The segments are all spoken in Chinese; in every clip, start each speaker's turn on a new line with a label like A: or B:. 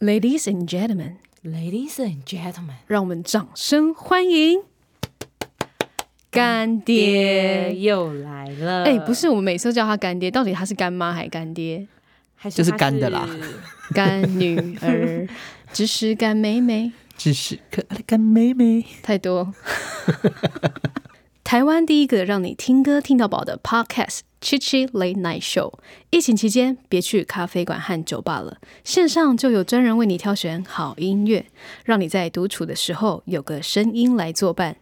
A: Ladies and gentlemen，
B: Ladies and gentlemen，
A: 让我们掌声欢迎干
B: 爹
A: 爹。
B: 又来了。
A: 哎、不，是，我们每次都叫他干爹，到底他是干妈还干爹？
B: 还是
C: 就是
B: 他
C: 干的啦
A: 干女 儿，只是干妹妹，
C: 只是可爱的干妹妹。
A: 太多。台湾第一个让你听歌听到饱的 Podcast《七七 Late Night Show》，疫情期间别去咖啡馆和酒吧了，线上就有专人为你挑选好音乐，让你在独处的时候有个声音来作伴。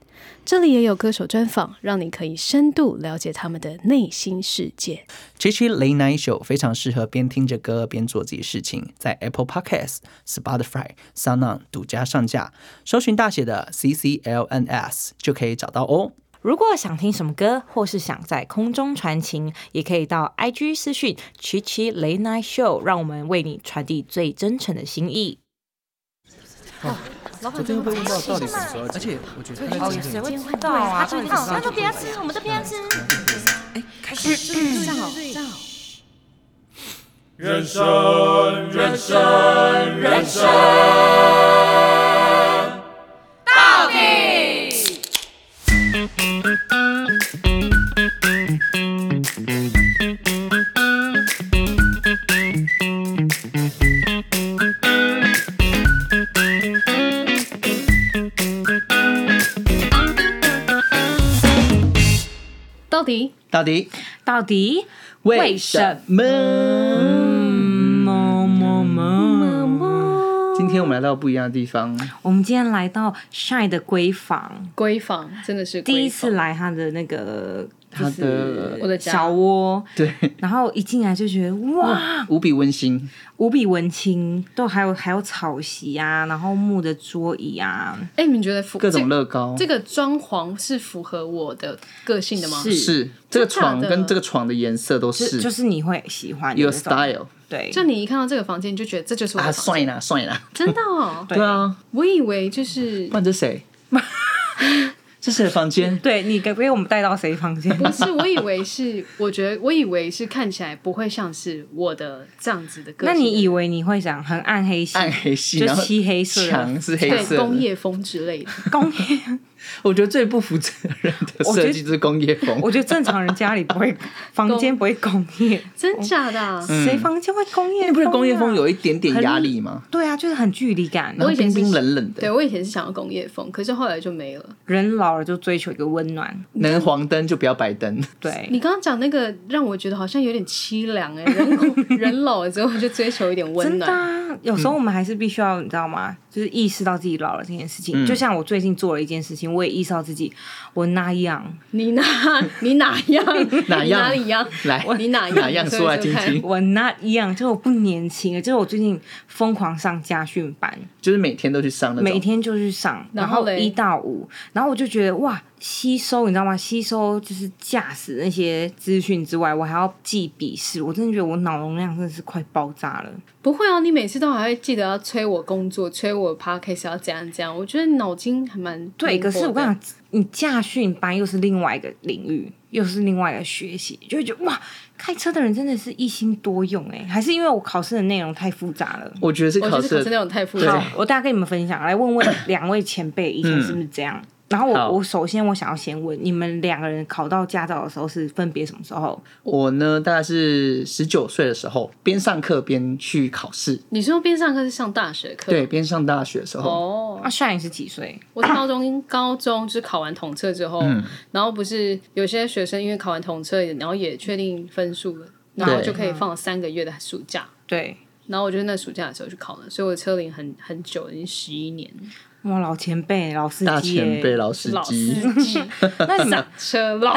A: 这里也有歌手专访，让你可以深度了解他们的内心世界。
C: c h i c h i Late Night Show 非常适合边听着歌边做自己事情，在 Apple Podcast、Spotify、Sound On 独家上架，搜寻大写的 CCLNS 就可以找到哦。
B: 如果想听什么歌，或是想在空中传情，也可以到 IG 私讯“七七雷 night show”，让我们为你传递最真诚的心意。
C: 昨天又被问到到底什么时候，而且我觉得他在
B: 谁会知道啊？到底是
D: 那就不要吃，我们就不要吃。
E: 人生，人生，人生。
A: 到底
C: 到底
B: 到底
C: 为嗯什么？
B: 么么么？
C: 今天我们来到不一样的地方，
B: 我们今天来到 Shine 的闺房，
A: 闺房真的是闺房
B: 第一次，来他的那个
C: 他的
A: 我的家
B: 小窝，
C: 对
B: 然后一进来就觉得哇，
C: 无比温馨。
B: 无比文青，都还有还有草席啊，然后木的桌椅啊，
A: 哎、你们觉得符
C: 各种
A: 这
C: 乐高，
A: 这个装潢是符合我的个性的吗？
B: 是
C: 是这个
A: 真的假
C: 床
A: 的
C: 跟这个床的颜色都
B: 就是就是你会喜欢的
C: 有
B: 那种
C: style
B: 对，
A: 就你一看到这个房间，你就觉得这就是我的
C: 啊，
A: 房间，
C: 算啦算啦，
A: 真的、哦。
B: 对
C: 对啊，
A: 我以为 就是
C: 不然这谁？这是谁的房间？
B: 对你给被我们带到谁房间？
A: 不是，我以为是，我觉得我以为是看起来不会像是我的这样子的个
B: 那
A: 性。
B: 你以为你会想很暗黑 系，
C: 暗黑系，
B: 就
C: 然后
B: 漆黑色的
C: 墙是黑色
A: 对工
C: 的。
A: 业风之类的，
B: 工业？
C: 我觉得最不负责任的
B: 我觉得
C: 设计就是工业风
B: 我。觉得正常人家里不会，房间不会工业，
A: 真假的、啊？
B: 谁房间会工业、啊
C: 你不觉得工业风？有一点点压力吗？
B: 对啊，就是很距离感。
A: 我以前是
C: 冰冰冷冷
A: 对
C: 的，
A: 我以前是想要工业风，可是后来就没了。
B: 人老了就追求一个温暖，
C: 能黄灯就不要白灯。
B: 对，
A: 你刚刚讲那个让我觉得好像有点凄凉哎、 人人老了之后就追求一点温
B: 真的
A: 暖。
B: 啊。有时候我们还是必须要，你知道吗？就是意识到自己老了这件事情。就像我最近做了一件事情，我也意识到自己我那样，
A: 你哪你哪样？
C: 哪
A: 你
C: 样
A: 哪里样？
C: 来，
A: 你哪样
C: 哪样
A: 所以
C: 说来
A: 就
C: 听
A: 看
C: 听？
B: 我那样，就是我不年轻了。就是我最近疯狂上家训班，
C: 就是每天都去上那种，
B: 每天就去上，
A: 然
B: 然
A: 后
B: 后
A: 嘞
B: 一到五，然后我就觉得哇，吸收你知道吗？吸收就是驾驶那些资讯之外，我还要记笔试，我真的觉得我脑容量真的是快爆炸了。
A: 不会啊，你每次都还会记得要催我工作，催我 podcast 要怎样怎样。我觉得脑筋还蛮
B: 对，
A: 灵
B: 可
A: 活
B: 是我
A: 的
B: 跟你讲，你驾训班又是另外一个领域，又是另外一个学习，就会觉得哇，开车的人真的是一心多用哎、还是因为我考试的内容太复杂了。
C: 我觉得是
A: 我
C: 考
A: 就是考
C: 试
A: 试
C: 的
A: 那种太复
C: 对
A: 杂
B: 好。，我大概跟你们分享，来问 问两位前辈以前是不是这样。然后
C: 嗯好
B: 我我首先我想要先问你们两个人考到驾照的时候是分别什么时候？
C: 我呢，大概是十九岁的时候，边上课边去考试，
A: 你说边上课是上大学课？
C: 对，。边上大学的时候，
A: 哦，
B: 啊，帅你是几岁？
A: 我是高中，高中就是考完统测之后，
C: 嗯
A: 然后不是有些学生因为考完统测，然后也确定分数了，然后
C: 对
A: 就可以放三个月的暑假。
B: 对，
A: 然后我就是那暑假的时候去考的，所以我车龄很很久，已经十一年，
B: 哇，老前辈，老司
C: 大
B: 机耶、
C: 前辈老司
A: 老
C: 机，
A: 司机，
B: 那你
C: 啊
B: 们，
A: 车老。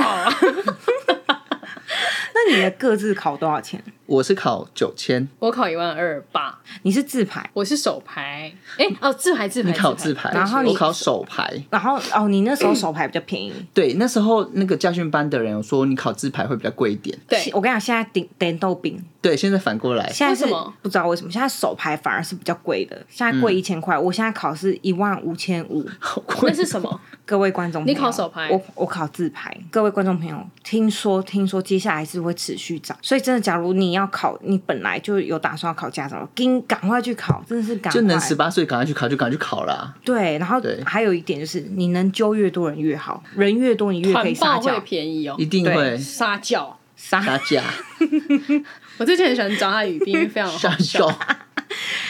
B: 那你们各自考多少钱？
C: 我是考九千，
A: 我考一万二八，
B: 你是自排，
A: 我是手牌，哎、
D: 嗯
A: 哦，自排自排，
C: 你考
A: 自
C: 自排，
B: 然后你
C: 我考手牌。
B: 然后哦，你那时候手牌比较便
A: 嗯
B: 宜。
C: 对，那时候那个家训班的人有说，你考自排会比较贵一点。
A: 对，
B: 我跟你讲，现在顶点豆饼，
C: 对，现在反过来，
B: 现在是
A: 为什么
B: 不知道为什么，现在手牌反而是比较贵的，现在
C: 嗯
B: 贵一千块，我现在考是一万五千五。
C: 好贵
A: 那是什么？
B: 各位观众朋友，
A: 你考手牌
B: 我我考自牌。各位观众朋友，听说听说接下来是会持续涨，所以真的，假如你
D: 要考，你本来就有打算要考驾照了，赶赶快去考，真的是赶快。
C: 就能十八岁赶快去考就赶快去考啦。
D: 对，然后
C: 对嗯
D: 还有一点就是，你能揪越多人越好，人越多你越可
F: 团
D: 以撒
F: 报
D: 娇
F: 会，便宜哦
C: 一，定会
F: 撒娇。
C: 打
D: 撒
C: 架
G: 我之前很喜欢张阿宇， 因为非常好
C: 撒
G: 笑。
C: 娇，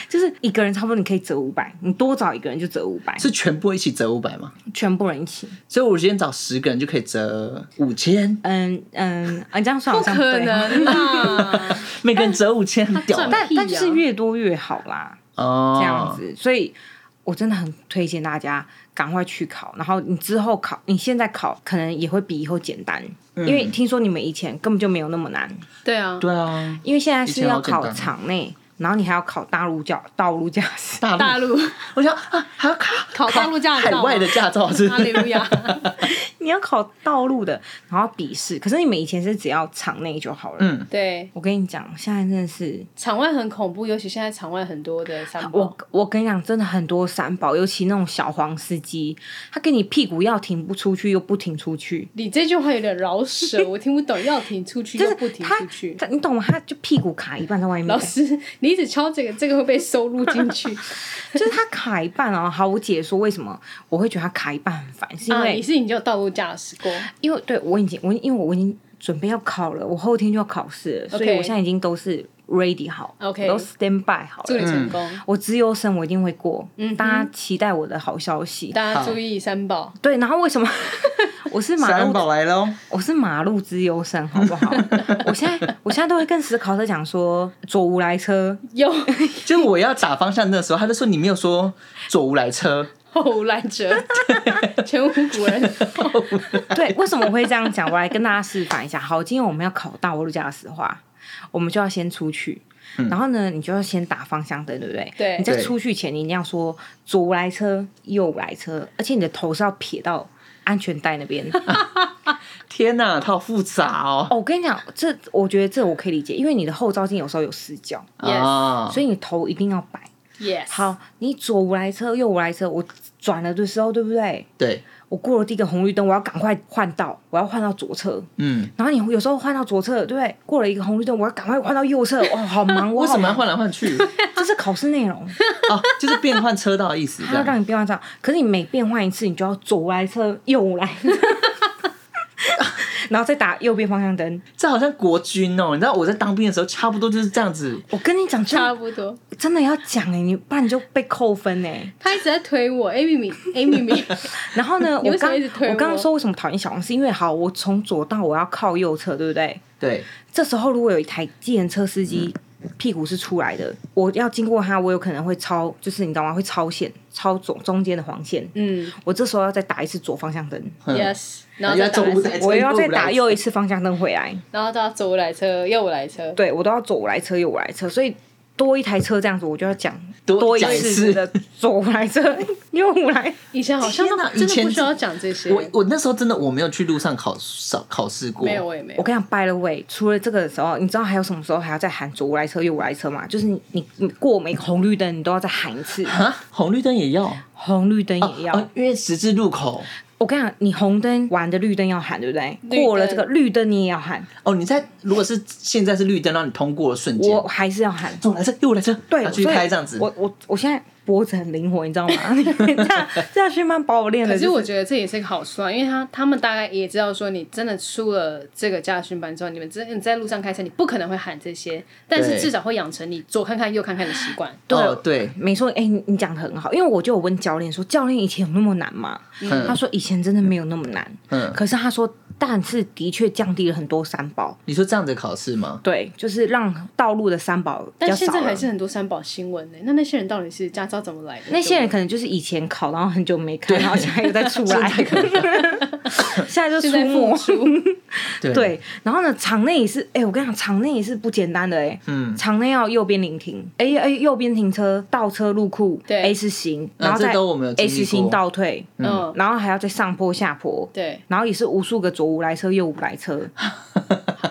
D: 就是一个人差不多你可以折五百，你多找一个人就折五百，
C: 是全部一起折五百吗？
D: 全部人一起。
C: 所以我今天找十个人就可以折五千，
D: 嗯嗯，啊，你这样算好
G: 不
D: 像对
G: 可能啦！
C: 每个人折五千，很 屌
G: 赚
C: 欸
D: 但但
G: 屁呀啊
D: 是越多越好啦，
C: 哦。
D: 这样子，所以我真的很推荐大家赶快去考，然后你之后考，你现在考可能也会比以后简单，
C: 嗯
D: 因为听说你们以前根本就没有那么难，
G: 对啊，
C: 对啊，
D: 因为现在
C: 以
D: 是
C: 前好
D: 要
C: 简单
D: 考场内，然后你还要考大陆驾道路驾驶，
C: 大
G: 大
C: 陆，
G: 陆
C: 我想啊，还要考
G: 考大陆驾照
C: 海
G: 啊
C: 外的驾照是
G: 哈利路亚，
D: 你要考道路的，然后笔试，可是你们以前是只要场内就好了。
C: 嗯
G: 对，
D: 我跟你讲，现在真的是
G: 场外很恐怖，尤其现在场外很多的三宝
D: 我，我跟你讲，真的很多三宝，尤其那种小黄司机，他给你屁股要停不出去，又不停出去，
G: 你这句话有点饶 舌，我听不懂。要停出去，
D: 就是
G: 要不停
D: 他
G: 出去。嗯
D: 他你懂吗？他就屁股卡一半在外面，
G: 老师，你一直敲这个，这个会被收录进去。
D: 就是他卡一半啊。好，我解说为什么我会觉得他卡一半很烦， 是因
G: 啊，
D: 为、
G: 你是你就有道路驾驶过，
D: 因为对我已经我因为我已经准备要考了，我后天就要考试了所
G: OK
D: 以我现在已经都是 ready 好
G: 啊 OK
D: 我都 stand by 好
G: 祝你
D: 了。
G: 成功。
D: 我资优生我一定会过，
G: 嗯哼
D: 大家期待我的好消息。
G: 大家注意三宝，
D: 对，然后为什么 我是马
C: 三
D: 路
C: 宝来喽！
D: 我是马路之优生，好不 好？我现在我现在都会跟史考特讲说左无来车，
G: 有
C: 就是我要打方向的时候，他就说你没有说左无来车，
G: 后来者，全无古人。
D: 对，为什么我会这样讲？我来跟大家示范一下。好，今天我们要考大陆驾驶的话，我们就要先出去，
C: 嗯
D: 然后呢，你就要先打方向灯，对不对？
G: 对
D: 你在
C: 对
D: 出去前，你一定要说左无来车，右无来车，而且你的头是要撇到安全带那边。
C: 天哪，他好复杂哦！
D: 哦，我跟你讲，这我觉得这我可以理解，因为你的后照镜有时候有死角，
G: Yes，
C: 啊，
D: 所以你头一定要摆。
G: yes，
D: 好，你左无来车，右无来车，我转了的时候，对不对？
C: 对，
D: 我过了第一个红绿灯，我要赶快换道，我要换到左侧。
C: 嗯，
D: 然后你有时候换到左侧，对不对？过了一个红绿灯，我要赶快换到右侧，哇，好忙！我
C: 为什么要
D: 好忙？
C: 换来换 去？
D: 这是考试内容，
C: 哦，就是变换车道的意思， 这
D: 它要
C: 样
D: 让你变换道。可是你每变换一次，你就要左来车，右来 车，然后再打右边方向灯。
C: 这好像国军哦，你知道我在当兵的时候，差不多就是这样子。
D: 我跟你讲，真
G: 差
D: 的
G: 不多。
D: 真的要讲哎、你不然你就被扣分哎、
G: 他一直在推我，Amy 米，Amy 米，
D: 然后呢，
G: 你
D: 我
G: 为什么
D: 刚
G: 一直推我
D: 刚刚说为什么讨厌小黄是因为好，我从左到我要靠右侧，对不对？
C: 对，
D: 这时候如果有一台计程车司机屁股是出来的，我要经过他，我有可能会超，就是你知道吗？会超线，超中中间的黄线。
G: 嗯
D: 我这时候要再打一次左方向灯，
C: 嗯
G: ，yes，然后再打
C: 要走五
G: 来
C: 台
G: 车，
C: 车
D: 我又要再
C: 右来
D: 打
C: 车
D: 又一次方向灯回来，
G: 然后到左来车，右来车，
D: 对我都要左来车右来车，所以。多一台车这样子，我就要讲
C: 多
D: 多一
C: 讲一次
D: 次的左来车右来，
G: 以前好像都
C: 天哪
G: 真
C: 以
G: 的
C: 前
G: 不需要讲这些，
C: 我我那时候真的我没有去路上考考考试过，
G: 没有，我也没
D: 我
G: 有。
D: 跟你讲，by the way，除了这个时候，你知道还有什么时候还要再喊左我来车、右我来车吗？就是你你你过每个红绿灯，你都要再喊一次，
C: 啊，红绿灯也要，
D: 红绿灯也要。
C: 哦因为十字路口
D: 我跟你讲，你红灯完的绿灯要喊，对不对？
G: 绿灯
D: 过了这个绿灯你也要喊，
C: 哦，你在如果是现在是绿灯让你通过的瞬间，
D: 我还是要喊。
C: 左来车右来车，
D: 对，
C: 要
D: 我
C: 去开这样子，
D: 我我我现在脖子很灵活，你知道吗？ 这样这样去慢慢把我练的、
G: 可
D: 就是
G: 我觉得这也是个好处啊，因为他他们大概也知道说，你真的出了这个驾训班之后，你们真你在路上开车，你不可能会喊这些，但是
C: 对
G: 至少会养成你左看看右看看的习惯。
D: 对
C: 哦对，
D: 没错，哎、你你讲的很好，因为我就有问教练说，教练以前有那么难吗？
C: 嗯
D: 他说以前真的没有那么难，
C: 嗯
D: 可是他说，但是的确降低了很多三包。
C: 你说这样子考试吗？
D: 对，就是让道路的三宝比
G: 但
D: 较
G: 现
D: 少
G: 在
D: 了。
G: 还是很多三宝新闻呢、那那些人到底是驾照怎么来的？
D: 那些人可能就是以前考，然后很久没看，然后现在又再出 来，现在就出
G: 现在付
D: 没。
G: 出，
C: 对
D: 对，然后呢，场内也是，哎、我跟你讲，场内也是不简单的、哎，
C: 嗯
D: 场内要右边聆听，哎、哎、右边停车，倒车入库，
G: 对
D: S 型，
C: 啊
D: 然后
C: 这
D: 再
C: 都我们有经历
D: S 型
C: 过
D: 倒退，
G: 嗯，
D: 然后还要再上坡下坡，
G: 对，
D: 然后也是无数个左无来车，右无来车。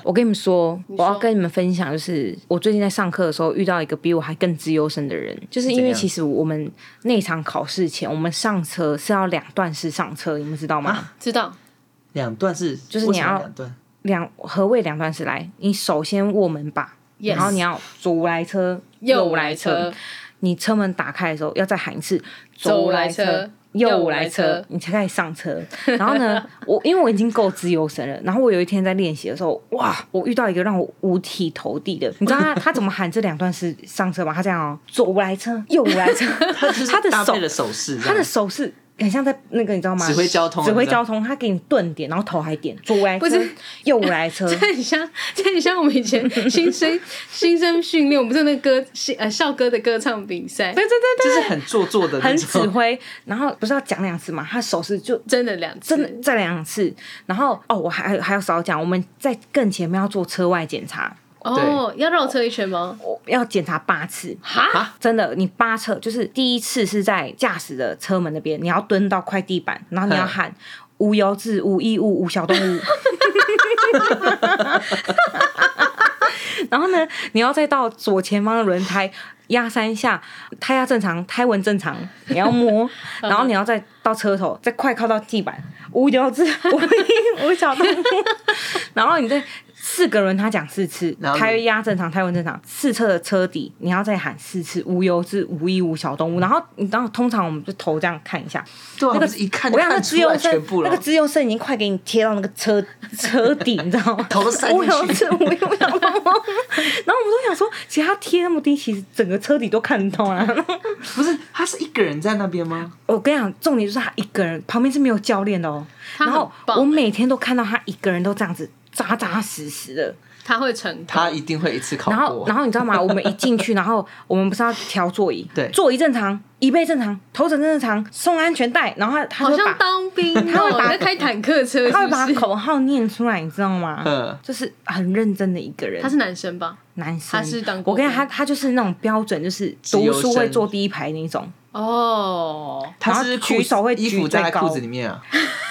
D: 我跟你们说，我要跟你们分享，就是我最近在上课的时候遇到一个比我还更资优生的人，就是因
C: 怎
D: 为
C: 样
D: 其实我们那场考试前，我们上车是要两段式上车，你们知道吗？
G: 知道
C: 两段是就是
D: 你要
C: 两段
D: 两何谓两段式？来，你首先握门把，
G: Yes
D: 然后你要左无来车，
G: 右
D: 无
G: 来
D: 车
G: 车，，
D: 你车门打开的时候要再喊一次
G: 左
D: 无
G: 无
D: 来
G: 来
D: 车
G: 车。
D: 右
G: 右
D: 无
G: 无
D: 来
G: 来
D: 车
G: 车，
D: 你才可以上车。然后呢，我因为我已经够自由神了。然后我有一天在练习的时候，哇，我遇到一个让我五体投地的。你知道他他怎么喊这两段是上车吗？他这样哦，左无来车，右无来 车，
C: 他就是
D: 他的
C: 搭
D: 手
C: 配了手势这样，
D: 他的手势很像在那个你知道吗？
C: 指挥交通啊
D: 指挥
C: 这样
D: 交通，他给你顿点，然后头还点，左来车
G: 不是，
D: 右来 车，
G: 这 很像，这很像我们 以前新生新生训练，我们不是有那个歌呃校歌的歌唱比赛，
D: 对对对
C: 就是很做作的
D: 对，
C: 那
D: 很
C: 种，
D: 指挥。然后不是要讲两次嘛，他手势就
G: 真的两次
D: 真的再两次。然后哦，我还还要少讲，我们在更前面要做车外检查，
G: 哦，要绕车一圈吗？
D: 我要检查八次。
G: 哈，
D: 真的，你八车就是第一次是在驾驶的车门那边，你要蹲到快地板，然后你要
C: 嗯
D: 喊“无油渍、无异物、无小动物”。 然后呢，你要再到左前方的轮胎压三下，胎压正常，胎纹正常，你要摸，
C: 嗯
D: 然后你要再到车头，再快靠到地板，无 油渍、无异物、无小动物，然后你再。四个轮胎讲四次，
C: 然后呢
D: 胎压正常，胎温正常。四侧的车底你要再喊四次，无油脂、无异物、小动物。然后你知道，通常我们就头这样看一下，
C: 对啊，
D: 那
C: 那
D: 个
C: 个一看
D: 我
C: 就
D: 想那
C: 看
D: 自
C: 出
D: 由
C: 来
D: 身
C: 全部
D: 那个
C: 了，
D: 自由身已经快给你贴到那个车车底，你知道吗？
C: 头都塞进
D: 我
C: 去
D: 有刺，我有想 到，然后我们都想说，其实他贴那么低，其实整个车底都看得到啦。
C: 不是他是一个人在那边吗？
D: 我跟你讲，重点就是他一个人，旁边是没有教练的哦。
G: 他
D: 然
G: 很
D: 后
G: 棒
D: 我每天都看到他一个人都这样子扎扎实实的。
G: 他会成功，
C: 他一定会一次考
D: 然后
C: 过，，
D: 然后你知道吗？我们一进 去，然后我们不是要调座椅，
C: 对
D: 座椅正常，椅背正常，头枕正常，松安全带，然后他他
G: 好
D: 就把
G: 像当兵
D: 他会
G: 哦，
D: 把
G: 在开坦克车，
D: 他
G: 是
D: 会把
G: 不是？
D: 口号念出来，你知道吗？
C: 嗯
D: 就是很认真的一个人。
G: 他是男生吧？
D: 男生，
G: 他是当过
D: 我跟你
G: 兵
D: 讲，他他就是那种标准，就是
C: 自
D: 读
C: 由
D: 书会
C: 生
D: 坐第一排那种，
G: 哦，
C: 他是
D: 然后
C: 裤
D: 举手会
C: 衣
D: 举
C: 服在
D: 最高
C: 裤子里面啊，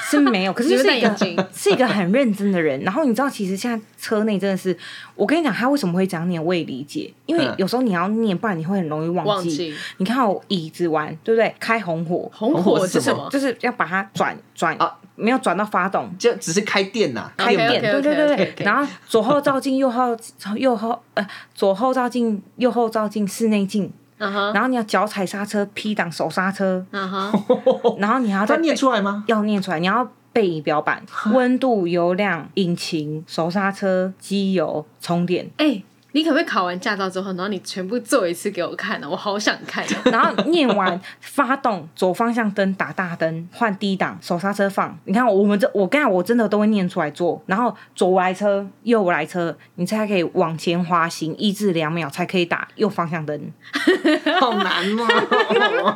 D: 是没有， 可是就
G: 只
D: 是
G: 是
D: 一
G: 戴眼
D: 个
G: 镜
D: 是一个很认真的人。然后你知道，其实现在车内真的是，我跟你讲，他为什么会这样念，我也理解，因为
C: 嗯
D: 有时候你要念，不然你会很容易 忘记。
G: 忘记哦
D: 你看我椅子玩，对不对？开红火，
G: 红
C: 火
G: 火
C: 是
G: 是
C: 什
G: 什
C: 么
G: 么？
D: 就是要把它转转
C: 啊
D: 没有转到发动，
C: 就只是开店呐，
D: 开
G: OK，OK，OK，OK，
D: 店，对对对对。
G: OK，OK，OK
D: 然后左后照镜、右后 右后呃左后照镜、右后照镜、室内镜，
G: 嗯哼，
D: 然后你要脚踩刹车、P 档、手刹车，
G: 嗯哼，
D: 然后你还要
C: 他
D: 再
C: 念
D: 背
C: 出来吗？
D: 要啊念出来，你要背仪表板、温度、油量、引擎、手刹车、机油、充电。
G: 哎。你可不可以考完驾照之后，然后你全部做一次给我看呢、我好想看、啊。
D: 然后念完发动左方向灯打大灯换低档手刹车放，你看我们这我跟你讲我真的都会念出来做，然后左我来车右我来车，你才可以往前滑行一至两秒才可以打右方向灯。
C: 好难哦，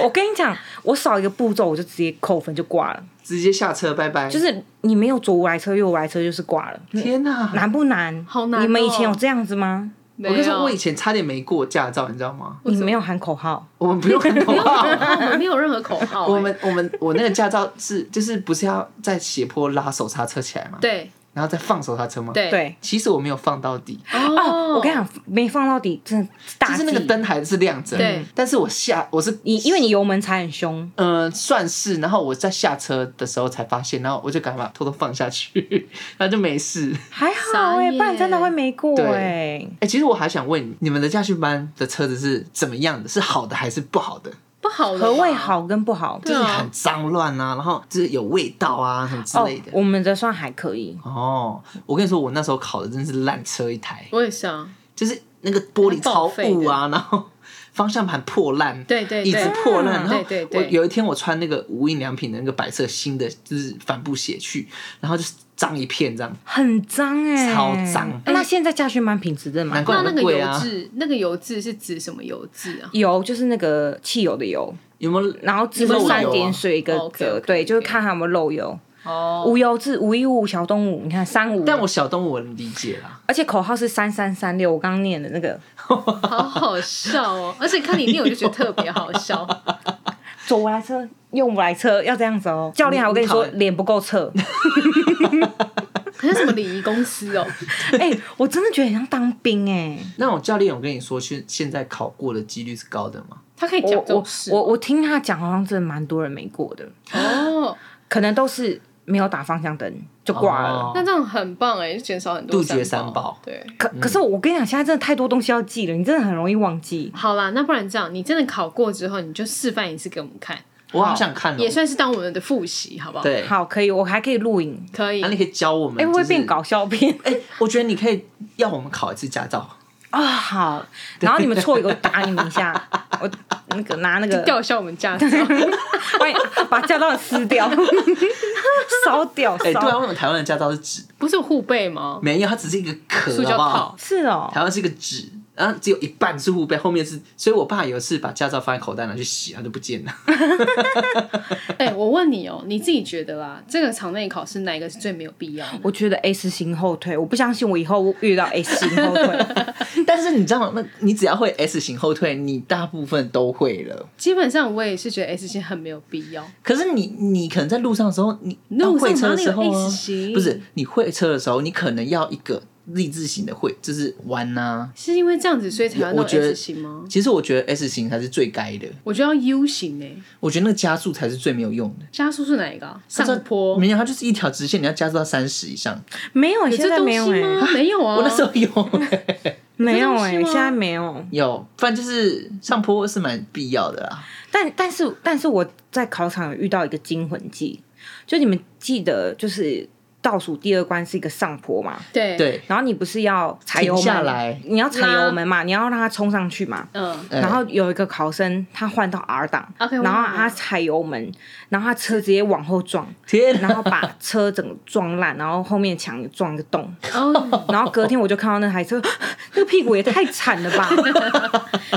D: 我跟你讲，我少一个步骤我就直接扣分就挂了，
C: 直接下车拜拜，
D: 就是你没有左我来车右我来车就是挂了，
C: 天呐！
D: 难不难？
G: 好难哦
D: 你们以前有这样子吗？
G: 没
C: 我跟你说，
G: 有
C: 我以前差点没过驾照，你知道吗？
D: 你 没有喊口号，
C: 我们不用很口号，
G: 哦我们没有任何口 号、
C: 我
G: 哎
C: 们我们我那个驾照是就是不是要在斜坡拉手刹车起来嘛，
G: 对
C: 然后再放手刹车吗？，
G: 对
D: 对。
C: 其实我没有放到底，
G: 哦
D: 我跟你讲，没放到底，真的大
C: 就
D: 忌。
C: 是那个灯还是亮着，
G: 对
C: 但是我下我是
D: 你因为你油门踩很凶，
C: 呃算是，然后我在下车的时候才发现，然后我就赶快把偷偷放下去， 然后就没事。
D: 还好哎、
G: 傻眼
D: 不然真的会没过
C: 对
D: 哎、
C: 哎、其实我还想问你，你们的驾训班的车子是怎么样的？是好的还是不好的？
G: 不好的吧
D: 何谓？好跟不好？
G: 对啊
C: 很脏乱啊，然后就是有味道啊什么之
D: 哦
C: 类，的。
D: 我们的算还可以。
C: 哦，我跟你说，我那时候考的真是烂车一台，
G: 我也是啊，
C: 就是那个玻璃超
G: 报废
C: 雾啊，然后方向盘破烂，
G: 对对对嗯
C: 椅子破烂，然后
G: 对对
C: 我
G: 对
C: 有一天我穿那个无印良品的那个白色新的就是帆布鞋去，然后就是脏一片这样，
G: 啊
D: 很脏哎、
C: 超脏
D: 啊那现在驾训班品质真的蛮
C: 难
D: 高
C: 怪
G: 那
C: 我
G: 那
C: 们
G: 个
C: 贵
G: 油
C: 啊。
G: 渍，那个油渍是指什么油渍啊？
D: 油就是那个汽油的油，
C: 有没有？
D: 然后只
C: 漏
D: 是
C: 油啊
D: 三点水一个
G: 哦
D: 折，
G: ，OK，OK，
D: 对，就是
G: OK
D: 看它有没有漏油。
G: 哦，
D: 无油渍、无一物、小动物，你看三无。
C: 但我小动物我能理解啦，
D: 而且口号是三三三六，我刚念的那个
G: 好好笑哦！而且看你念，我就觉得特别好笑。
D: 左我来车，右我来车，要这样子哦。教练还会跟你说
C: 嗯你讨厌
D: 脸不 够侧，
G: 好像什么礼仪公司哦，
D: 哎、我真的觉得很像当兵哎、
C: 那种教练有跟你说，现现在考过的几率是高的吗？
G: 他可以讲哦
D: 我
G: 这
D: 我
G: 种事
D: 我我听他讲，好像真的蛮多人没过的。
G: 哦。
D: 可能都是没有打方向灯就挂了。
C: 哦
G: 那这样很棒哎、减少很多
B: 杜绝
G: 三
B: 三宝
G: 对，
D: 可
C: 嗯
D: 可是我跟你讲，现在真的太多东西要记了，你真的很容易忘记。
G: 好啦，那不然这样，你真的考过之后，你就示范一次给我们看，
C: 我好想看哦。
G: 也算是当我们的复习，好不好？，
C: 对，
D: 好，可以，我还可以录影，
G: 可以
C: 那。你可以教我们。
D: 哎、会不
C: 嗯
D: 会
C: 哦就是
D: 变搞 笑片
C: 哎，我觉得你可以要我们考一次驾照。
D: 啊、好，然后你们错一个，我打你们一下，我那个拿那个，
G: 吊销我们驾照，
D: 把你把驾照撕 掉，烧掉，
C: 哎，对啊，
D: 烧、
C: 为什么台湾的驾照是纸？
G: 不是有护背 吗？
C: 没有，它只是一个壳，
G: 塑
C: 好
G: 胶
C: 不好
G: 套？
D: 是哦，
C: 台湾是一个纸，然后只有一半是护背，后面是。所以我爸有一次把驾照放在口袋拿去洗，它就不见了。
G: 哎、我问你哦、你自己觉得啦，这个场内考试哪一个是最没有必要的？
D: 我觉得 S 型后退，我不相信我以后遇到 S 型后 退。
C: 但是你知道吗？那你只要会 S 型后退，你大部分都会了。
G: 基本上我也是觉得 S 型很没有必要。
C: 可是你你可能在路上的时候，你
G: 路
C: 到
G: 上
C: 会车的时候
G: 哪里有
C: 啊
G: S 型，
C: 不是你会车的时候，你可能要一个立字型的会，就是弯呐、
G: 是因为这样子，所以才要弄
C: 我觉得
G: S 型吗？
C: 其实我觉得 S 型才是最该的，
G: 我觉得要 U 型哎、
C: 我觉得那个加速才是最没有用的。
G: 加速是哪一个、啊？
C: 它这
G: 上坡
C: 没有，它就是一条直线，你要加速到三十以上。
D: 没有，
G: 有
D: 现
G: 这
D: 在
G: 东
D: 没
G: 西
D: 有 哎、
G: 吗？没有啊，
C: 我那时候有、
D: 没有哎、
G: 有这东西吗
D: 现在没有。
C: 有，反正就是上坡是蛮必要的啦。
D: 但但是但是我在考场有遇到一个惊魂记，就你们记得就是倒数第二关是一个上坡嘛，
G: 对，
C: 对，
D: 然后你不是要踩油门
C: 停下来
D: 你要踩
G: 拉
D: 油门嘛，你要让它冲上去嘛。
G: 嗯，
C: 哎
D: 然后有一个考生，他换到 R 档
G: OK，
D: 然后
G: 换到 R
D: 他踩油门，然后他车直接往后撞，
C: 天哪
D: 然后把车整个撞烂，然后后面墙也撞一个洞，
G: 哦，
D: 然后隔天我就看到那台车， 那个屁股也太惨了 吧！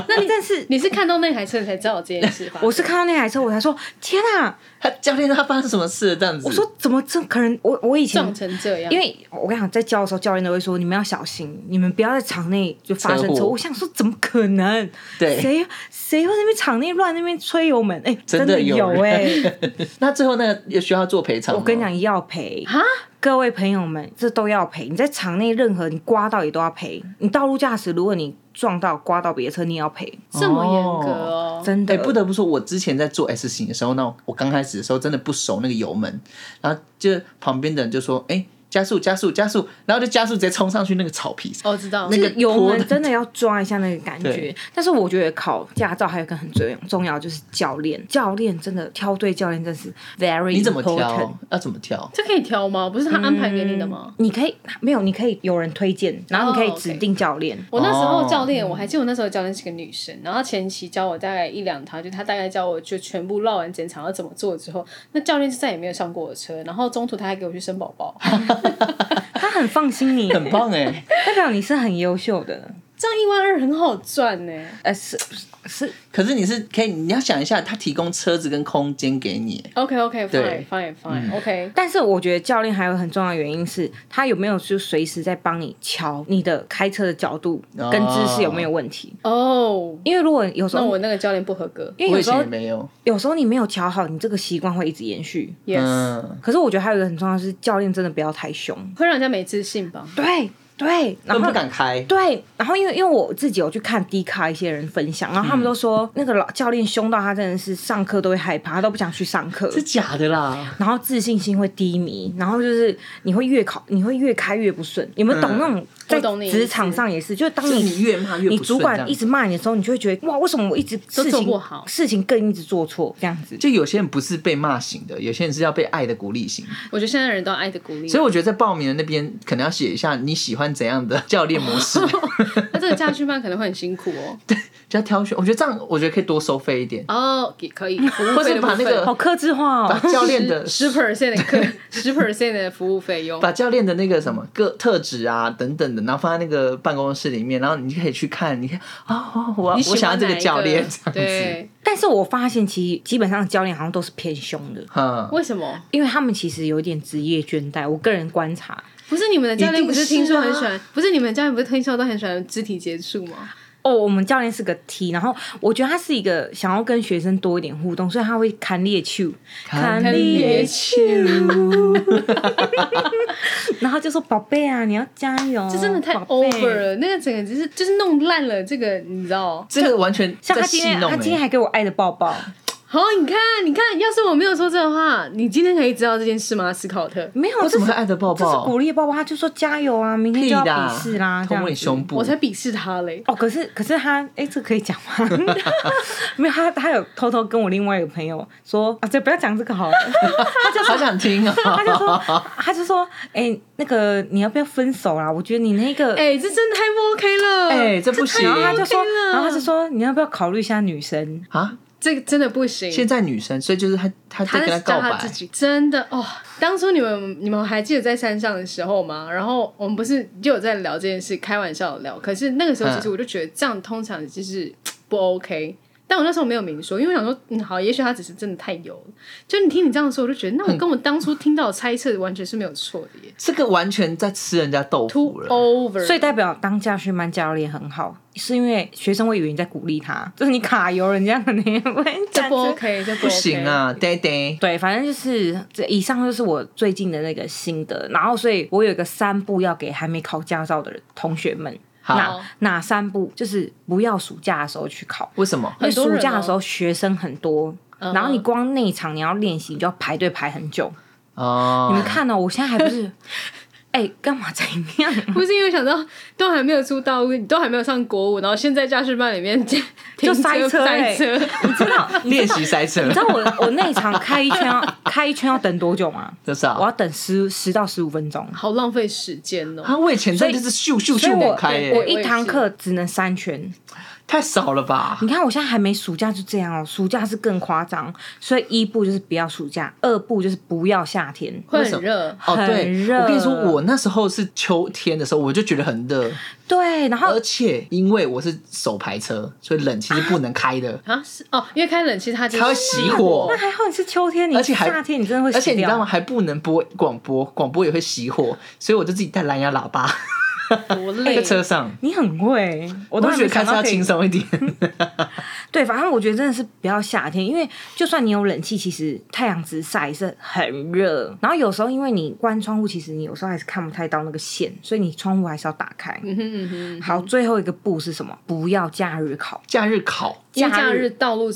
D: 那你但是
G: 你是看到那台车你才知道这件事 吧？
D: 我是看到那台车，我才说天啊！
C: 他教练他发生什么事了？这样子，
D: 我说怎么这可能？我我以前
G: 撞成这样，
D: 因为我跟你讲，在教的时候，教练都会说你们要小心，你们不要在场内就发生
C: 车
D: 车
C: 祸
D: 祸。我想说，怎么可能？
C: 对
D: 谁谁会在那边场内乱那边吹油门？哎、
C: 真
D: 的
C: 的有
D: 哎、
C: 那最后那个也需要做赔偿吗。
D: 我跟你讲，要赔
G: 啊，
D: 各位朋友们，这都要赔。你在场内任何你刮到也都要赔。你道路驾驶，如果你撞到刮到别的车，你也要赔，
G: 这么严格哦，
D: 真的。
C: 哎、不得不说，我之前在做 S 型的时候，那我刚开始的时候真的不熟那个油门，然后就旁边的人就说：“哎、加速，加速，加速！”然后就加速直接冲上去那个草皮上。
G: 哦，知道
C: 那 个
D: 油
C: 坡
D: 门真的要抓一下那个感觉
C: 对。
D: 但是我觉得考驾照还有一个很重重要就是教练，教练真的挑对教练真是 very
C: 你怎么
D: important
C: 挑？要怎么挑？
G: 这可以挑吗？不是他安排给你的吗？
D: 你可以没有，你可以有人推荐，然后你可以指定教练。
G: 我那时候
C: 哦
G: 教练，我还记得我那时候教练是个女生，然后前期教我大概一两堂，就她大概教我就全部绕完整场要怎么做之后，那教练就再也没有上过我的车，然后中途他还给我去生宝宝，
D: 他很放心你，
C: 很棒哎、
D: 代表你是很优秀的。
G: 这样一万二很好赚呢、
D: 呃，是是，
C: 可是你是可以，你要想一下，他提供车子跟空间给你、
D: 哎
G: OK OK fine
C: 对
G: fine fine OK，
D: 但是我觉得教练还有很重要的原因是他有没有就随时在帮你瞧你的开车的角度
C: 哦
D: 跟姿势有没有问题。
G: 哦，
D: 因为如果有时
G: 那
D: 候
G: 我，那个教练不合格。
D: 因为
C: 我
D: 有
C: 以
D: 时
C: 前
D: 候
C: 也没有。
D: 有时候你没有瞧好，你这个习惯会一直延续。
G: Yes，、
C: 嗯，
D: 可是我觉得还有一个很重要的是，教练真的不要太凶。
G: 会让人家没自信吧？
D: 对对，然
C: 都
D: 后
C: 不敢开。
D: 对，然后因为因为我自己有去看 D 卡一些人分享，然后他们都说、那个老教练凶到他真的是上课都会害怕，他都不想去上课，
C: 是假的啦，
D: 然后自信心会低迷，然后就是你会越考你会越开越不顺。你们懂那种在
G: 嗯我懂你意思
D: 职场上也是，就是当
C: 就是
D: 你
C: 你越骂越不顺
D: 你主
C: 这
D: 管
C: 样
D: 一直骂你的时候，你就会觉得哇，为什么我一直
G: 都
D: 事
G: 做
D: 情
G: 不好
D: 事情更一直做错这样子？
C: 就有些人不是被骂型的，有些人是要被爱的鼓励型。
G: 我觉得现在人都爱的鼓励，
C: 所以我觉得在报名的那边，可能要写一下你喜欢怎样的 教练模式。
D: 哦
G: 那这个驾训班可能会很辛苦哦。
C: 就要挑选。我觉得这样，我觉得可以多收费一 点，
G: 哦，也可以，服务
C: 或
G: 费
C: 是
G: 的部
C: 把那
G: 分
C: 个
D: 好克制化
C: 把
D: 哦。
C: 教练的
G: 十 percent 的 课，十 percent 的服务费用。
C: 把教练的那个什么个特质啊等等的，然后放在那个办公室里面，然后你就可以去看，你看啊、哦，我
G: 你
C: 我
G: 喜欢
C: 想要这
G: 哪
C: 个
G: 一
C: 教练这样子，
G: 对，
D: 但是我发现其实基本上教练好像都是偏凶的。
C: 嗯，
G: 为什么？
D: 因为他们其实有点职业倦怠，我个人观察。
G: 不是你们的教练不是
C: 一定是啊
G: 听说很喜欢，不是你们教练不是听说都很喜欢肢体接触吗？
D: 哦，我们教练是个 T，然后我觉得他是一个想要跟学生多一点互动，所以他会看猎球，
C: 看
G: 猎
D: 球， 然后就说宝贝啊，你要加油，
G: 这真的太
D: 宝贝
G: over。了，那个整个就是就是弄烂了这个，你知道？
C: 这个完全
D: 像
C: 在
D: 他今
C: 戏
D: 天，
C: 弄、
D: 他今天
C: 欸。
D: 还给我爱的抱抱，
G: 好，你看，你看，要是我没有说这话，你今天可以知道这件事吗？斯考特，
D: 没有，
C: 我怎么会
D: 这是
C: 爱的抱
D: 这是鼓
C: 抱？
D: 励抱抱，他就说加油啊，明天就
C: 屁
D: 要
C: 的
D: 笔
C: 啊
D: 试啦，这
C: 捅
D: 样
C: 你
D: 子
C: 胸部，
G: 我才鄙视他嘞。
D: 哦，可是可是他，哎、这可以讲吗？没有，他他有偷偷跟我另外一个朋友说啊，这不要讲这个好了。
C: 他就好想听啊、
D: 他就说，他就说，哎、那个你要不要分手啊啦？我觉得你那个，
G: 哎、这真的太不 OK 了。
C: 嗯哎、这不行
D: 然后他就说
G: OK 了，
D: 然后他就说，你要不要考虑一下女生？
C: 啊！
G: 这个真的不行。
C: 现在女生，所以就是他，他在
G: 他
C: 跟他
G: 在
C: 告
G: 讲
C: 白
G: 他自，己，真的哦。当初你们你们还记得在山上的时候吗？然后我们不是就有在聊这件事，开玩笑地聊。可是那个时候，其实
C: 嗯
G: 我就觉得这样通常就是不 OK。但我那时候没有明说，因为我想说，嗯，好，也许他只是真的太油了。就你听你这样说，我就觉得，那我跟我当初听到的猜测完全是没有错的耶。
C: 这个完全在吃人家豆
G: Too
C: 腐了。
G: over，
D: 所以代表当教训班教练很好，是因为学生会以为你在鼓励他，就是你卡油人家的那样，我跟你
G: 这
D: 讲
G: 不 OK，这不
C: 不
G: OK
C: 行！啊，爹爹，
D: 对，反正就是这以上就是我最近的那个心得，然后所以我有一个三步要给还没考驾照的人同学们，
C: 好
G: 那，
D: 哪三步？就是不要暑假的时候去考，
C: 为什么？
D: 因为
G: 很多
D: 暑
G: 人
D: 假的
G: 哦
D: 时候学生很多，
G: 嗯
D: 然后你光那一场你要练习，你就要排队排很久。
C: 哦，
D: 你们看哦，我现在还 不是，哎、干嘛这样？
G: 不是因为想到都还没有出道，你都还没有上国舞，然后现在驾驶班里面就
D: 塞车
G: 塞
D: 欸
G: 车，
D: 你知道？你
C: 练习塞车，
D: 知道我我那一场开一圈要 开一圈要等多久吗？
C: 多少
D: 我要等十十到十五分钟。
G: 好浪费时间哦。
C: 啊，我以前真的就是咻咻
D: 所以
C: 咻
D: 我
C: 猛开耶、
D: 我
G: 我也
D: 一堂
G: 是
D: 课只能三圈，
C: 太少了吧？
D: 你看我现在还没暑假就这样哦，暑假是更夸张，所以一步就是不要暑假，二步就是不要夏天，
G: 会
C: 为什
G: 很
C: 么
G: 热，
C: 哦，
D: 很
C: 对，
D: 热
C: 我跟你说，我那时候是秋天的时候，我就觉得很热，
D: 对，然后
C: 而且因为我是手排车，所以冷气是不能开的，
G: 啊，是哦，因为开冷气它就是
C: 它会熄火
D: 那还好你是秋天，你
C: 而且还
D: 夏天你真的会
C: 而且
D: 死
C: 你知道吗？
D: 掉。
C: 还不能播广播，广播也会熄火，所以我就自己带蓝牙喇叭
G: 多累
C: 在。车上。
D: 你很会，我
C: 我
D: 都
C: 都
D: 还
C: 觉
D: 没
C: 得开
D: 想
C: 车
D: 到
C: 要
D: 可以
C: 轻。松一点，
D: 对，反正我觉得真的是不要夏天，因为就算你有冷气，其实太阳直晒也是很热。然后有时候因为你关窗户，其实你有时候还是看不太到那个线，所以你窗户还是要打开。
G: 嗯哼嗯哼，
D: 好，最后一个步是什么？不要假日考。
C: 假日考
G: 因为
D: 假
G: 假
D: 日
G: 日道路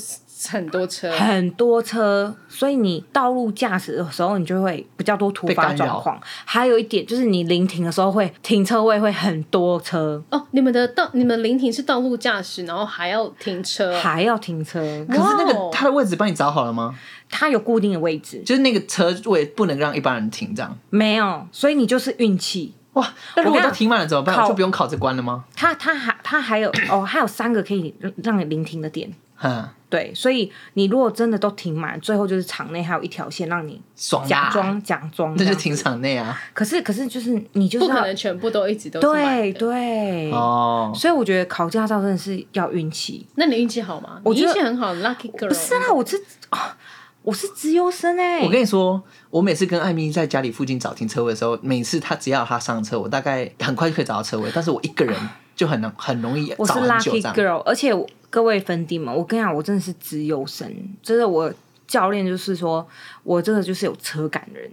G: 很多车，
D: 很多车，所以你道路驾驶的时候，你就会比较多突
C: 被
D: 发
C: 干扰
D: 状况。还有一点就是，你临停的时候会停车位会很多车，
G: 哦，你们的道你们临停是道路驾驶，然后还要停车，
D: 还要停车。
C: 可是那
G: 哇哦
C: 个他的位置帮你找好了吗？
D: 它有固定的位置，
C: 就是那个车位不能让一般人停这样。
D: 没有，所以你就是运气。
C: 哇，那如
D: 我跟
C: 果
D: 你
C: 都
D: 讲
C: 停满了怎么办？
D: 考
C: 我就不用考这关了吗？
D: 它它还它还有哦，还有三个可以让你临停的点。
C: 嗯，
D: 对，所以你如果真的都停满，最后就是场内还有一条线让你
C: 爽
D: 假
C: 啦，
D: 装假装
C: 啊
D: 这
C: 那
D: 样
C: 就
D: 子。
C: 停场内啊。
D: 可是可是就是你就是
G: 不
D: 要
G: 可能全部都一直都是满
D: 对
G: 的。
D: 对。
C: 哦，
D: 所以我觉得考驾照真的是要运气。
G: 那你运气好吗？
D: 我
G: 你
D: 觉得
G: 运气很好，lucky girl。
D: 不是啦，我是、啊我是资优生哎、
C: 我跟你说，我每次跟艾米在家里附近找停车位的时候，每次她只要她上车，我大概很快就可以找到车位，但是我一个人 就很能很容易
D: 我是
C: 找很久这
D: lucky
C: 样。
D: girl，而且我各位粉底们，我跟你讲，我真的是资优生，就是我教练就是说我这个就是有车感人，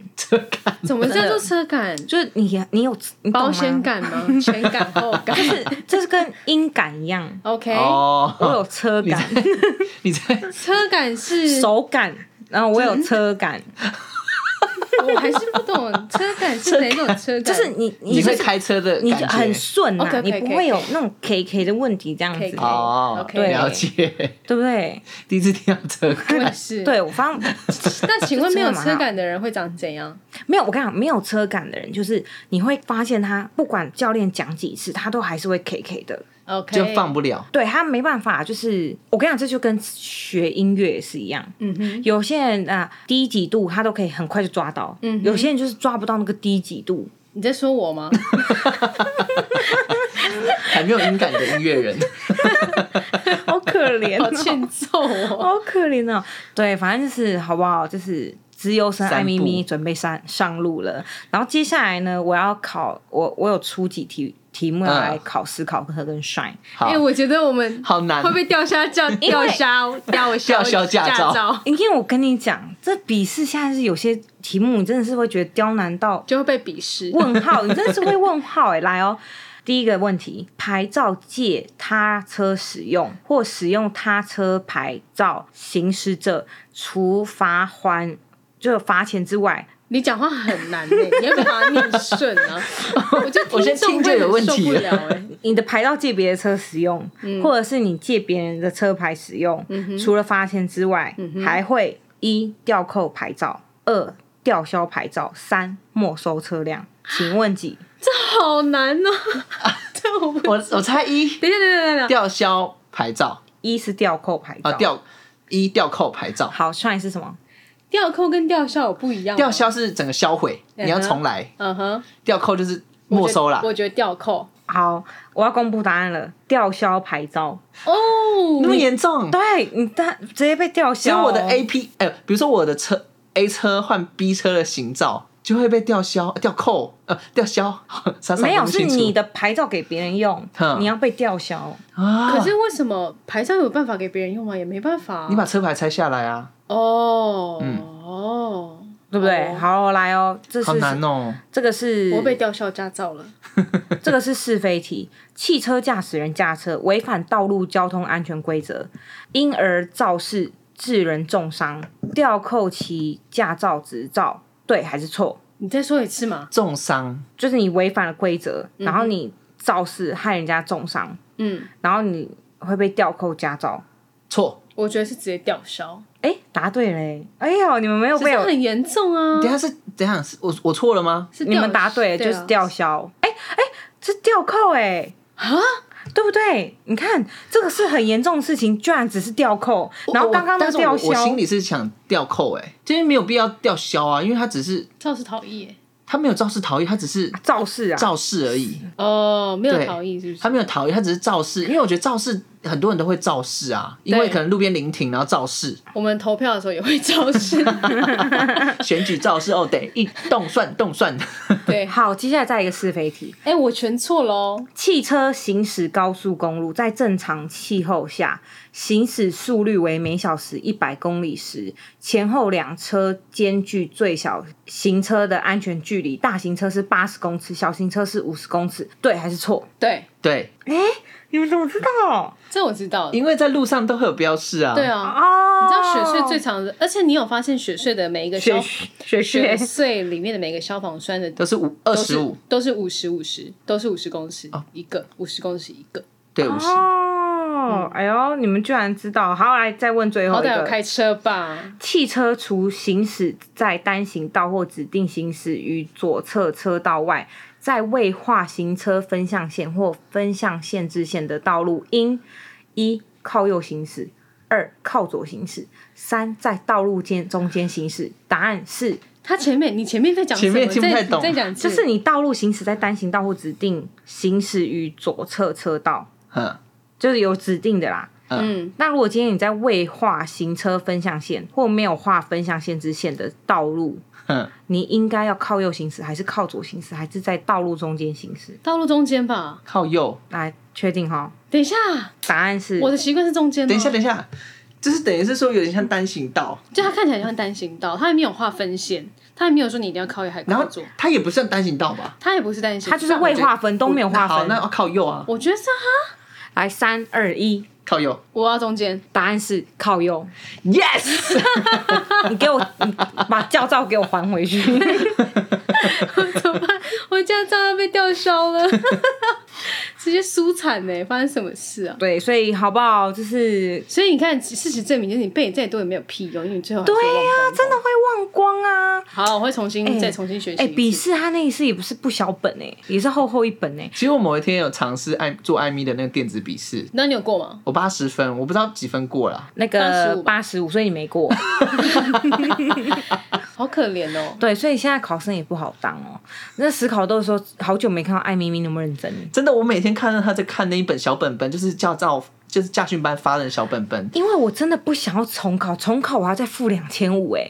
G: 怎么叫做车感？
D: 就是你你有你懂吗
G: 保险，感吗？ 前感后感
D: 这是跟音感一样，
G: ？OK，
D: 我
C: 哦，
D: 有车感、
C: 你在
G: 车感是，
D: 手感，然后我有车 感，
G: 我还是不懂车感是哪种车感？
D: 就是你
C: 你
D: 你
C: 会
D: 就是
C: 开车的
D: 你就
C: 感
D: 很
C: 觉
D: 顺呐、
G: OK，OK，OK，
D: 你不会有那种 K K 的问题这样子
G: KK
C: 哦，
G: OK
C: 了解。
D: 对不对？
C: 第一次听到 这
G: 我
C: 个，
G: 也是。
D: 对，我发现
G: 那请问没有
D: 这真的
G: 车
D: 蛮好
G: 感的人会长怎样？
D: 没有，我跟你讲，没有车感的人，就是你会发现他不管教练讲几次，他都还是会 K K 的。
G: OK，
C: 就放不了。
D: 对他没办法，就是我跟你讲，这就跟学音乐也是一样。
G: 嗯哼，
D: 有些人啊、低几度他都可以很快就抓到，
G: 嗯哼
D: 有些人就是抓不到那个低几 度。
G: 你在说我 吗？
C: 还没有音感的音乐人，
D: 好可怜、
G: 好欠揍哦！
D: 好可怜哦。对，反正就是好不好？就是资优生
C: 散步
D: 爱咪咪准备上上路了。然后接下来呢，我要考我我有出几题题目要来
C: 嗯
D: 考思考和跟 shine。
C: 好
G: 哎、，我觉得我们
C: 好难
G: 会不。会掉虾叫掉虾掉
C: 吊销驾
G: 照
C: 照
D: 因为我跟你讲，这笔试现在是有些题目，你真的是会觉得刁难到
G: 就会被鄙视？
D: 问号，你真的是会问号哎、来哦，第一个问题，牌照借他车使用或使用他车牌照行驶者，除罚还就罚钱之外，
G: 你讲话很难呢、你要不要把它念 顺啊？我就
B: 我先听就有问题
G: 了。
B: 了
G: 哎、
D: 你的牌照借别的车使用，或者是你借别人的车牌使用，除了罚钱之外，还会一吊扣牌照，二吊销牌照，三没收车辆。请问几？
G: 好难哦、这我不。
C: 我我猜一
G: 等一下，等一下，等一下，
C: 吊销牌照
D: 一是吊扣牌照，
C: 啊，吊一吊扣牌照，
D: 好，上一是什么？
G: 吊扣跟吊销有不一样、哦
C: 吊，销是整个销毁，你要重来，
G: 嗯哼，
C: 吊扣就是没收啦。
G: 我觉得吊扣
D: 好，我要公布答案了，吊销牌照。
G: 哦，
C: 那么严重？
D: 对你大直接被吊
C: 只有
D: 销哦、
C: 我的 A P，哎、比如说我的车 A 车换 B 车的行照就会被吊销、吊扣、呃，吊销。 傻傻
D: 没有
C: 分不
D: 是
C: 清楚
D: 你的牌照给别人用，
C: 哼
D: 你要被吊销。
C: 啊！
G: 哦可是为什么牌照有办法给别人用吗？也没办法、
C: 你把车牌拆下来啊，
G: 哦，哦，
D: 嗯对不对？
G: 哦
D: 好，我来哦，这是
C: 好难哦。
D: 这个是
G: 我被吊销驾照了。
D: 这个是是非题。汽车驾驶人驾车违反道路交通安全规则，因而肇事致人重伤，吊扣其驾照执照，对还是错？
G: 你再说一次嘛？
C: 重伤
D: 就是你违反了规则，
C: 嗯
D: 然后你肇事害人家重伤，
G: 嗯，
D: 然后你会被吊扣驾照。
C: 错，
G: 我觉得是直接吊销，
D: 哎，答对嘞！哎呦，你们没有
G: 可
D: 被
G: 是
D: 我，
G: 很严重啊
C: 等一。下是等一下是我我错了吗？
G: 是
D: 你们答对了，
G: 啊
D: 就是吊销。哎哎，是吊扣哎啊，对不对？你看这个是很严重的事情，居然只是吊扣，然
C: 哦
D: 后
C: 我
D: 刚刚那
C: 但是我
D: 吊
C: 我
D: 销，
C: 心里是想吊扣、哎，这边没有必要吊销啊，因为他只是
G: 肇事逃逸耶。
C: 他没有肇事逃逸，他只是
D: 肇事啊，
C: 肇事而已，
G: 哦，没有
C: 对
G: 逃逸是不是？
C: 他没有逃逸，他只是肇事。因为我觉得肇事很多人都会肇事啊，因为
G: 对
C: 可能路边临停然后肇事，
G: 我们投票的时候也会 肇事。
C: 选举肇事哦，得一动算动算。
G: 对，哎、
D: 好，接下来再一个是非题：
G: 我全错哦喽。
D: 汽车行驶高速公路，在正常气候下，行驶速率为每小时一百公里时，前后两车间距最小行车的安全距离，大型车是八十公尺，小型车是五十公尺，对还是错？
G: 对，
C: 对，
D: 你们怎么知道？
G: 这我知道了。
C: 因为在路上都会有标示啊。
G: 对，啊，
D: 哦，
G: 你知道雪隧最长的，而且你有发现雪隧的每一个消
D: 雪
G: 雪
D: 雪雪
G: 隧里面的每个消防栓的
C: 都是五二
G: 都是
C: 十五，
G: 都是五十五十，都是五十公尺一个，五十公尺一个。
C: 对五十。
D: 哦，哎呦，你们居然知道！好，来再问最后
G: 好
D: 哦一
G: 歹有
D: 个。
G: 开车吧？
D: 汽车除行驶在单行道或指定行驶于左侧车道外，在未划行车分向线或分向限制线的道路，应一靠右行驶，二靠左行驶，三在道路间中间行驶。答案是，
G: 他前面你前面在讲什
C: 前
G: 么？
C: 面听不太
G: 再
C: 懂
G: 再讲一次，
D: 就是你道路行驶在单行道或指定行驶于左侧车道，
C: 嗯，
D: 就是有指定的啦。
G: 嗯，
D: 那如果今天你在未划行车分向线或没有划分向限制线的道路，
C: 嗯
D: 你应该要靠右行驶，还是靠左行驶，还是在道路中间行驶？
G: 道路中间吧。
C: 靠右。
D: 来确定哈，
G: 等一下，
D: 答案是
G: 我的习惯是中间、哦。
C: 等一
D: 嗯
C: 下，等一下，就是等于是说有点像单行道，
G: 就他看起来就像单行道，他也没有划分线，他也没有说你一定要靠右还
C: 然
G: 靠
C: 后
G: 左，
C: 它也不算单行道吧？
G: 他也不是单行
D: 它
G: 道，
D: 就是未划分，都没有划
C: 好，
D: 分。
C: 那要靠右啊，
G: 我觉得是他，
D: 来三二一，
C: 靠右。
G: 我要中间，
D: 答案是靠右。
C: Yes，
D: 你给我，你把驾照给我还回去。
G: 怎么办？我驾照要被吊 销了，直接输惨呢！发生什么事啊？
D: 对，所以好不好？就是
G: 所以你看，事实证明，就是你背再多也没有屁用，因为你最后还是
D: 对
G: 会忘
C: 啊
G: 光
D: 呀、
G: 光
D: 真的会忘光啊。
G: 好，我会重新、再重新学习
D: 哎、
G: 一次。
D: 笔试他那一次也不是不小本哎、也是厚厚一本哎、
C: 其实我某一天有尝试艾做艾米的那个电子笔试，
G: 那你有过吗？
C: 我八十分，我不知道几分过了。
D: 那个
G: 85
D: 八十五，所以你没过。
G: 好可怜哦。
D: 对，所以现在考生也不好当哦。那实考都说好久没看到艾咪咪那么认真了，
C: 真的，我每天看到他在看那一本小本本，就是驾照，就是驾训班发的小本本。
D: 因为我真的不想要重考，重考我要再付两千五哎。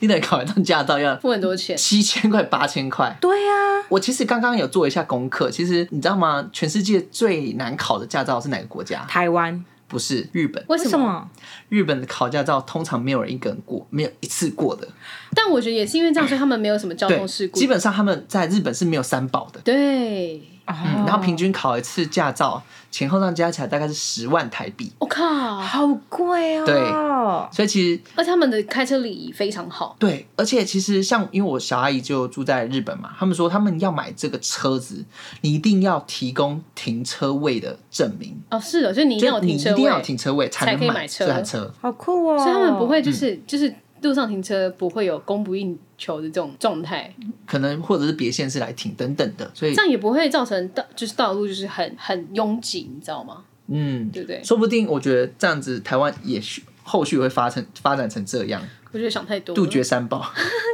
C: 你得考一张驾照要
G: 付很多钱，
C: 七千块、八千块。
D: 对啊，
C: 我其实刚刚有做一下功课，其实你知道吗？全世界最难考的驾照是哪个国家？
D: 台湾
C: 不是日本。
G: 为
D: 为
G: 什
D: 什
G: 么？
D: 么？
C: 日本的考驾照通常没有人一个人过，没有一次过的。
G: 但我觉得也是因为这样，所以他们没有什么交
C: 对
G: 通事，故。
C: 基本上他们在日本是没有三宝的。
G: 对，
D: 哦
C: 嗯然后平均考一次驾照，前后账加起来大概是十万台币。
G: 我、靠！
D: 好贵哦。
C: 对所以其实
G: 而且他们的开车礼仪非常好，
C: 对，而且其实像因为我小阿姨就住在日本嘛，他们说他们要买这个车子，你一定要提供停车位的证明，
G: 哦，是的，所以你一定要有
C: 就你
G: 停
C: 一
G: 车位，
C: 定要有停车位
G: 才
C: 才
G: 可以
C: 能
G: 买车
C: 这台车。嗯
D: 好酷哦。
G: 所以他们不会就是、就是路上停车不会有供不应求的这种状态，
C: 可能或者是别县市来停等等的，所以
G: 这样也不会造成道就是道路就是很很拥挤，你知道吗？
C: 嗯，
G: 对不对？
C: 说不定我觉得这样子台湾也许后续会发成发展成这样，
G: 我觉得想太多了，
C: 杜绝三宝。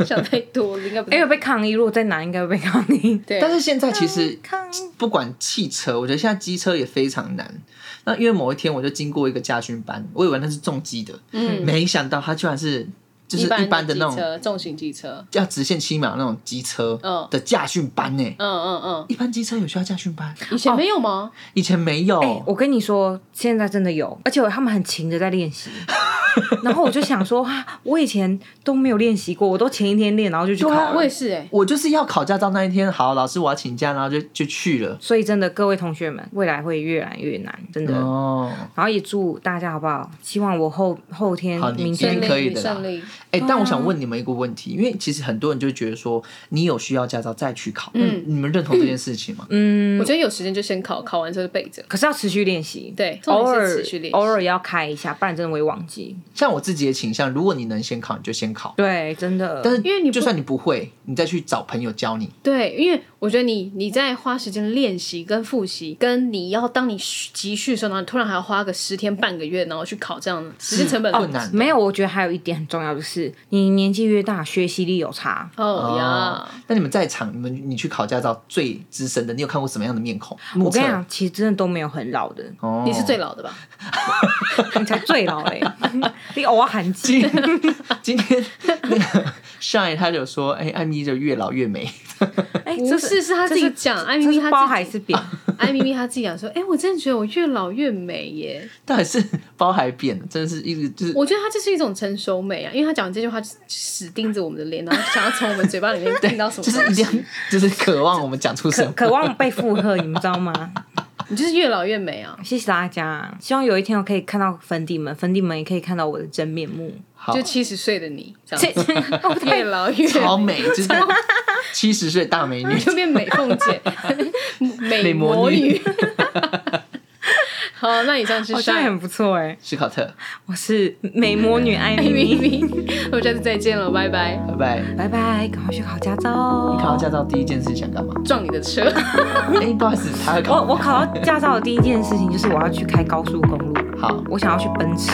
G: 想太多了，应该不
D: 因
G: 太
D: 为被抗议，如果再难，应该会被抗议。
G: 对。
C: 但是现在其实
D: 抗议
C: 不管汽车，我觉得现在机车也非常难。那因为某一天我就经过一个驾训班，我以为那是重机的，
G: 嗯
C: 没想到它居然是就是
G: 一
C: 一般的
G: 的
C: 那种
G: 机车重型机车，
C: 要直线七秒那种机车
G: 嗯
C: 的驾训班呢、
G: 嗯嗯嗯，
C: 一般机车有需要驾训班，
G: 以前没有吗？
C: 以前没有。
D: 哎、 我跟你说，现在真的有，而且他们很勤的在练习。然后我就想说，哇，我以前都没有练习过，我都前一天练，然后就去考
C: 对啊
G: 我
D: 了。
G: 也是哎、
C: 我就是要考驾照那一天，好，老师我要请假，然后就就去了。
D: 所以真的，各位同学们，未来会越来越难，真的。
C: 哦，
D: 然后也祝大家好不好？希望我后后天
C: 好、你
D: 明
C: 一
D: 天
C: 定可以的啦
G: 顺利。
C: 哎、但我想问你们一个问题，因为其实很多人就觉得说，你有需要驾照再去考，嗯，你们认同这件事情吗？嗯，
G: 我觉得有时间就先考，考完之后就备着。
D: 可是要持续练习，
G: 对重
D: 偶
G: 点
D: 尔
G: 是持续练习
D: 偶尔要开一下，不然真的会忘记。
C: 像我自己的倾向，如果你能先考，你就先考。
D: 对，真的。
C: 但是，
G: 因为你不
C: 就算你不会，你再去找朋友教你。
G: 对，因为我觉得你你在花时间练习跟复习，跟你要当你急需的时候，然后你突然还要花个十天半个月，然后去考这样的时间成本
C: 困哦难的
D: 没有，我觉得还有一点很重要，就是你年纪越大，学习力有差。
G: 哦
C: 哦
G: 呀，，
C: 那你们在场，你们你去考驾照最资深的，你有看过什么样的面孔？目
D: 我
C: 测
D: 跟你讲，其实真的都没有很老的，
C: 哦，
G: 你是最老的吧？
D: 你才最老 嘞、你偶尔喊机。
C: 今天那个 Shine 他就说，哎、艾米就越老越美，
D: 哎、
G: 不
D: 这
G: 是是他自己
D: 这
G: 讲艾
D: 这
G: 咪咪
D: 是
G: 她自己
D: 包还 是扁？
G: 艾咪咪她自己讲说，哎、我真的觉得我越老越美耶。
C: 到底是包还扁，真的是一直就是
G: 我觉得她就是一种成熟美啊，因为她讲这句话就是死盯着我们的脸，然后想要从我们嘴巴里面听到什么
C: 就
G: 东西。
C: 是一定要就是渴望我们讲出什
D: 渴
C: 么。
D: 渴望被附和，你们知道吗？
G: 你就是越老越美啊，
D: 谢谢大家，希望有一天我可以看到粉底们，粉底们也可以看到我的真面目。
C: 好
G: 就，七十岁的你这
D: 这
G: 样子，越老越
C: 超美，就是 七十岁大美女。
G: 就变美凤姐、美
C: 美魔
G: 魔
C: 女
G: 女。 好，那以上是
D: 好像
G: 晒
D: 很不错哎、
C: 史考特，
D: 我是美魔女艾咪
G: 咪
D: 咪，
G: 咪，我们下次再见了，拜拜。
C: 拜拜。你
D: 拜拜，赶快去考驾照哦。
C: 考到驾照第一件事想干嘛？
G: 撞你的车，
C: 哎、不好意思，他要考。
D: 我
G: 哦
D: 我考到驾照的第一件事情就是我要去开高速公路，
C: 好，
D: 我想要去奔驰。